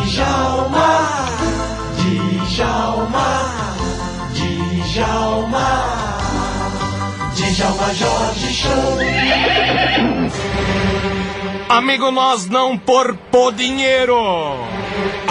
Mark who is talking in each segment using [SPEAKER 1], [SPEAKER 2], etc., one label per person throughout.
[SPEAKER 1] Djalma, Djalma, Djalma, Djalma Jorge Show.
[SPEAKER 2] Amigo, nós não por dinheiro.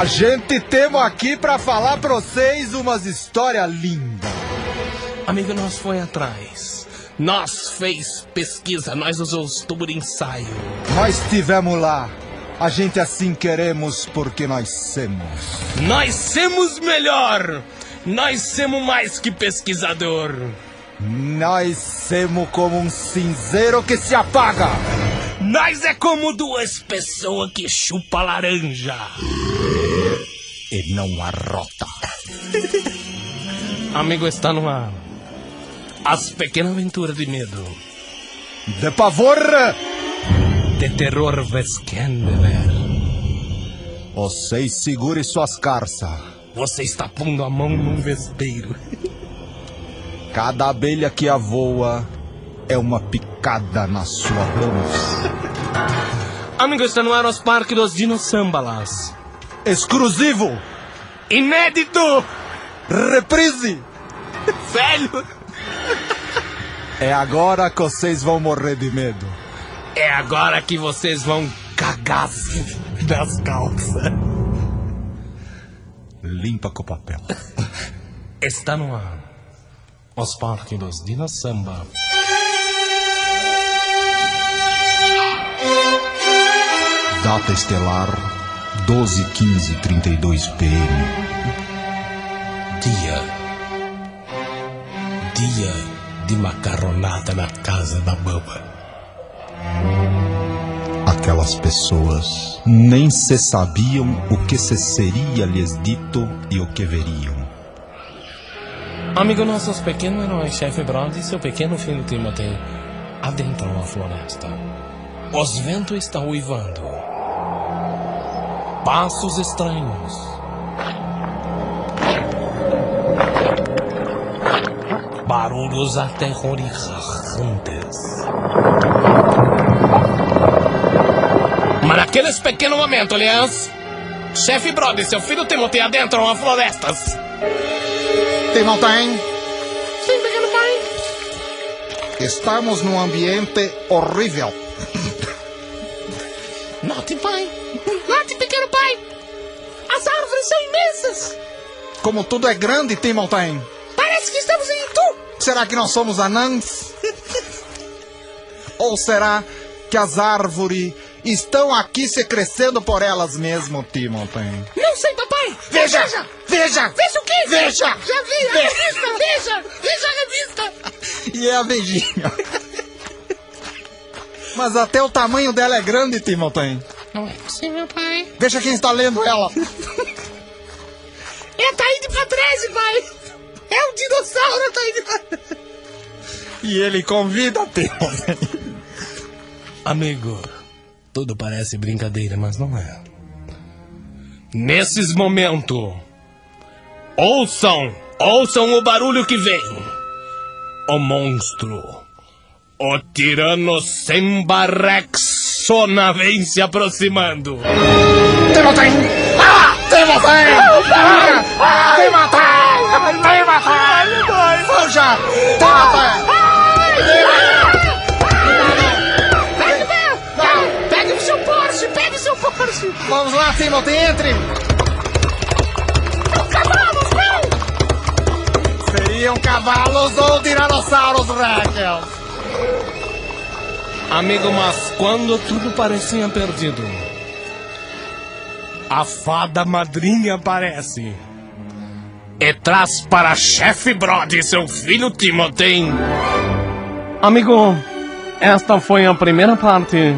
[SPEAKER 3] A gente temos aqui pra falar pra vocês umas histórias lindas.
[SPEAKER 2] Amigo, nós foi atrás. Nós fez pesquisa, nós usou tubo de ensaio.
[SPEAKER 3] Nós estivemos lá. A gente assim queremos porque nós somos.
[SPEAKER 2] Nós semos melhor. Nós semos mais que pesquisador.
[SPEAKER 3] Nós somos como um cinzeiro que se apaga.
[SPEAKER 2] Nós é como duas pessoas que chupa laranja.
[SPEAKER 3] E não arrota.
[SPEAKER 2] Amigo, está no ar. As pequenas aventuras de medo.
[SPEAKER 3] De pavor,
[SPEAKER 2] De terror vesquendeler.
[SPEAKER 3] vocês segurem suas carças.
[SPEAKER 2] Você está pondo a mão num vespeiro.
[SPEAKER 3] Cada abelha que a voa é uma picada na sua bolsa.
[SPEAKER 2] Amigo, está no ar os parques dos dinossâmbalas.
[SPEAKER 3] Exclusivo!
[SPEAKER 2] Inédito!
[SPEAKER 3] Reprise!
[SPEAKER 2] Velho!
[SPEAKER 3] É agora que vocês vão morrer de medo.
[SPEAKER 2] É agora que vocês vão cagar das calças.
[SPEAKER 3] Limpa com papel.
[SPEAKER 2] Está no ar. Os parques dos dinossamba.
[SPEAKER 3] Data estelar 12:15:32 PM.
[SPEAKER 2] Dia. Dia de macarronada na casa da baba.
[SPEAKER 3] Aquelas pessoas nem se sabiam o que se seria lhes dito e o que veriam.
[SPEAKER 2] Amigo nossos pequeno herói, é chefe Brown e seu pequeno filho Timothy adentram a floresta. Os ventos estão uivando. Passos estranhos. Barulhos aterrorizantes. Mas naqueles pequeno momento, aliás, chefe Brody e seu filho Timothy adentram a florestas.
[SPEAKER 3] Tem montanha? Sim, pequeno pai. Estamos num ambiente horrível.
[SPEAKER 2] Note, pai! Note, pequeno pai! As árvores são imensas!
[SPEAKER 3] Como tudo é grande, tem montanha.
[SPEAKER 2] Parece que estamos em Itu!
[SPEAKER 3] Será que nós somos anãs? Ou será que as árvores estão aqui se crescendo por elas mesmo, Timothy?
[SPEAKER 2] Não sei, papai!
[SPEAKER 3] Veja! Veja!
[SPEAKER 2] Veja o quê?
[SPEAKER 3] Veja!
[SPEAKER 2] Já vi a revista! Veja! Veja a revista!
[SPEAKER 3] E é a beijinha. Mas até o tamanho dela é grande, Timothy.
[SPEAKER 2] Não é possível, pai.
[SPEAKER 3] Veja quem está lendo ela.
[SPEAKER 2] É
[SPEAKER 4] tá
[SPEAKER 2] Taíde pra 13, pai! É um dinossauro, Taíde pra
[SPEAKER 3] tá E ele convida, Timothy.
[SPEAKER 2] Amigo, tudo parece brincadeira, mas não é. Nesses momentos, ouçam, ouçam o barulho que vem. O monstro, o tirano Sembarexona vem se aproximando.
[SPEAKER 3] Fuja! Timothy!
[SPEAKER 2] Pegue o seu Porsche, pegue o seu Porsche.
[SPEAKER 3] Vamos lá, Timothy, entre! Seriam cavalos ou tiranossauros, Raquel?
[SPEAKER 2] Amigo, mas quando tudo parecia perdido, a fada madrinha aparece e traz para chefe Brody seu filho Timothy. Amigo, Esta foi a primeira parte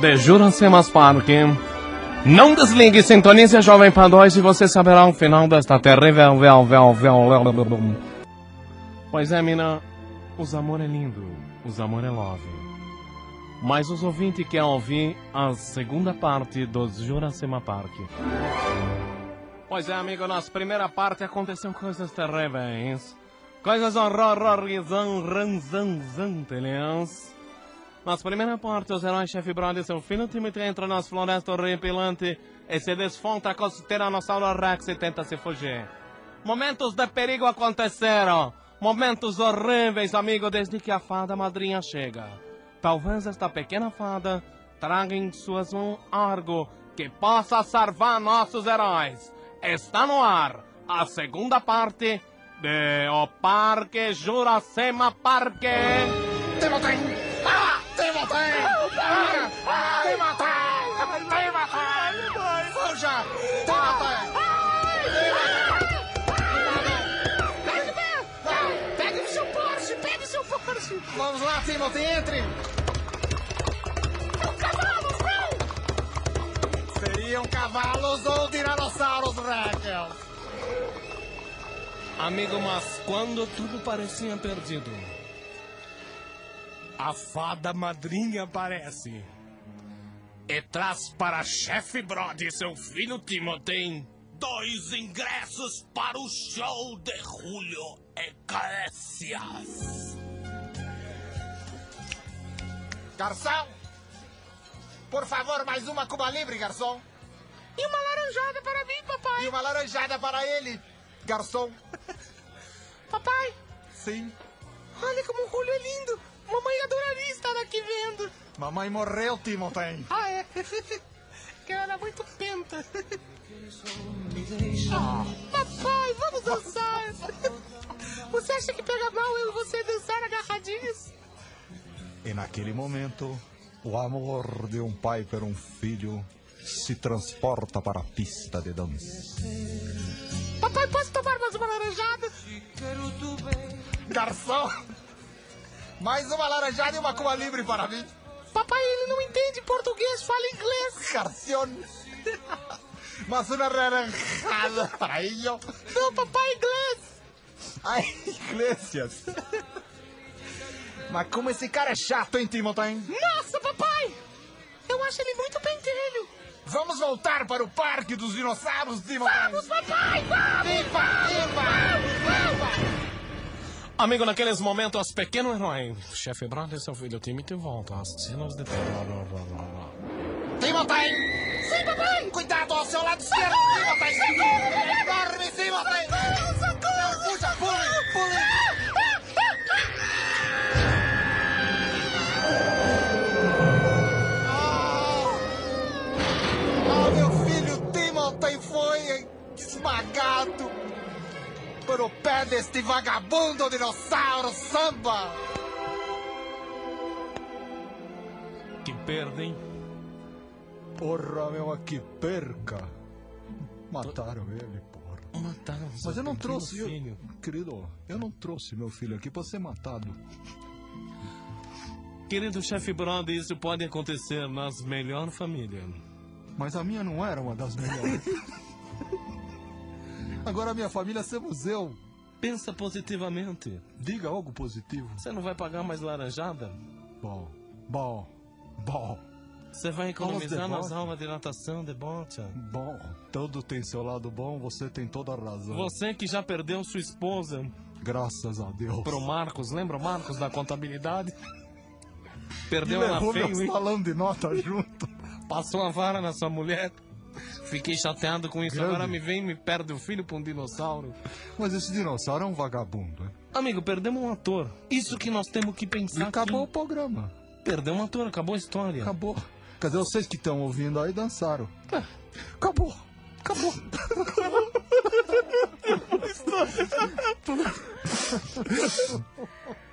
[SPEAKER 2] de Jurassic Park. Não desligue, sintonize a Jovem Pan 2 e você saberá o final desta terrível... vel- vel- vel- vel- vel- vel- Pois é, mina, os amor é lindo, os amor é love. Mas os ouvintes querem ouvir a segunda parte do Jurassic Park. Pois é, amigo, nossa primeira parte aconteceu coisas terríveis. Coisas horrorizantes. Nossa primeira parte, os heróis chefe brother, seu filho Timothy entra nas florestas horripilante e se desfonta com o Tiranossauro Rex e tenta se fugir. Momentos de perigo aconteceram. Momentos horríveis, amigo, desde que a fada madrinha chega. Talvez esta pequena fada traga em suas mãos algo que possa salvar nossos heróis. Está no ar a segunda parte de O Parque Juracema Parque.
[SPEAKER 4] Pegue o seu Porsche, pegue o seu Porsche!
[SPEAKER 3] Vamos lá, Timothy, entre!
[SPEAKER 4] São cavalos, não!
[SPEAKER 3] Seriam cavalos ou tiranossauros, Rex?
[SPEAKER 2] Amigo, mas quando tudo parecia perdido, a fada madrinha aparece e traz para chefe Brody seu filho Timothy dois ingressos para o show de Julio Iglesias.
[SPEAKER 3] Garçom! Por favor, mais uma Cuba Livre, garçom!
[SPEAKER 4] E uma laranjada para mim, papai!
[SPEAKER 3] E uma laranjada para ele, garçom!
[SPEAKER 4] Papai,
[SPEAKER 3] Sim,
[SPEAKER 4] olha como o Julio é lindo! Mamãe adoraria estar aqui vendo!
[SPEAKER 3] mamãe morreu, Timothy!
[SPEAKER 4] Ah, é? que ela era muito penta! Oh, papai, vamos dançar! Você acha que pega mal eu e você dançar agarradinhos?
[SPEAKER 3] E naquele momento, o amor de um pai por um filho se transporta para a pista de dança.
[SPEAKER 4] Papai, posso tomar mais uma laranjada?
[SPEAKER 3] Garçom! Mais uma laranjada e uma Cuba Livre para mim!
[SPEAKER 4] Papai, ele não entende português, fala inglês!
[SPEAKER 3] Garçom! Mas uma laranjada para ele!
[SPEAKER 4] Não, papai, inglês!
[SPEAKER 3] Ai, Iglesias! Mas como esse cara é chato, hein, Timothy?
[SPEAKER 4] Nossa, papai! Eu acho ele muito pentelho!
[SPEAKER 3] Vamos voltar para o Parque dos Dinossauros, Timothy!
[SPEAKER 4] Vamos, papai, vamos!
[SPEAKER 3] Viva, viva!
[SPEAKER 2] Amigo, naqueles momentos, os pequenos heróis, chefe Brody e seu filho Timothy voltam às cenas de terror.
[SPEAKER 3] Timothy!
[SPEAKER 4] Sim, papai!
[SPEAKER 3] Cuidado ao seu lado esquerdo, Timothy! Dorme, Timothy! Puxa, pule, pule! Ah, meu filho Timothy foi esmagado por o pé deste vagabundo dinossauro samba!
[SPEAKER 2] Que perdem.
[SPEAKER 3] Porra, meu, que perca! Mataram ele, porra.
[SPEAKER 2] Mataram
[SPEAKER 3] Mas eu não trouxe, eu,
[SPEAKER 2] filho.
[SPEAKER 3] querido, eu não trouxe meu filho aqui pra ser matado.
[SPEAKER 2] Querido chefe Brody, isso pode acontecer nas melhores famílias.
[SPEAKER 3] Mas a minha não era uma das melhores. Agora a minha família somos eu.
[SPEAKER 2] Pensa positivamente.
[SPEAKER 3] Diga algo positivo.
[SPEAKER 2] Você não vai pagar mais laranjada?
[SPEAKER 3] Bom, bom, bom,
[SPEAKER 2] Você vai economizar
[SPEAKER 3] Aulas de
[SPEAKER 2] nas
[SPEAKER 3] bocha.
[SPEAKER 2] aulas de natação, de bocha.
[SPEAKER 3] bom. Todo tem seu lado bom, você tem toda a razão.
[SPEAKER 2] Você que já perdeu sua esposa
[SPEAKER 3] Graças a Deus.
[SPEAKER 2] pro Marcos, lembra o Marcos da contabilidade? Perdeu ela
[SPEAKER 3] Levou
[SPEAKER 2] feio,
[SPEAKER 3] meu
[SPEAKER 2] hein?
[SPEAKER 3] salão de nota junto.
[SPEAKER 2] Passou uma vara na sua mulher. Fiquei chateado com isso.
[SPEAKER 3] Grande.
[SPEAKER 2] Agora me vem e me perde o filho pra um dinossauro.
[SPEAKER 3] Mas esse dinossauro é um vagabundo. hein?
[SPEAKER 2] Amigo, perdemos um ator. Isso que nós temos que
[SPEAKER 3] E
[SPEAKER 2] pensar.
[SPEAKER 3] acabou o
[SPEAKER 2] aqui.
[SPEAKER 3] programa.
[SPEAKER 2] Perdeu um ator, acabou a história.
[SPEAKER 3] Acabou. Cadê vocês que estão ouvindo aí dançaram? Acabou. Acabou.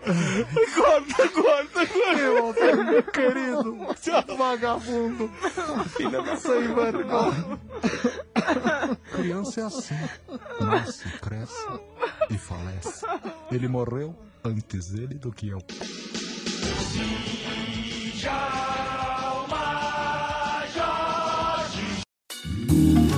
[SPEAKER 2] Corta, corta,
[SPEAKER 3] Meu Deus, meu querido. Vagabundo.
[SPEAKER 2] filha da
[SPEAKER 3] Sem vergonha. Criança é assim. Nasce, cresce e falece. Ele morreu antes ele do que eu.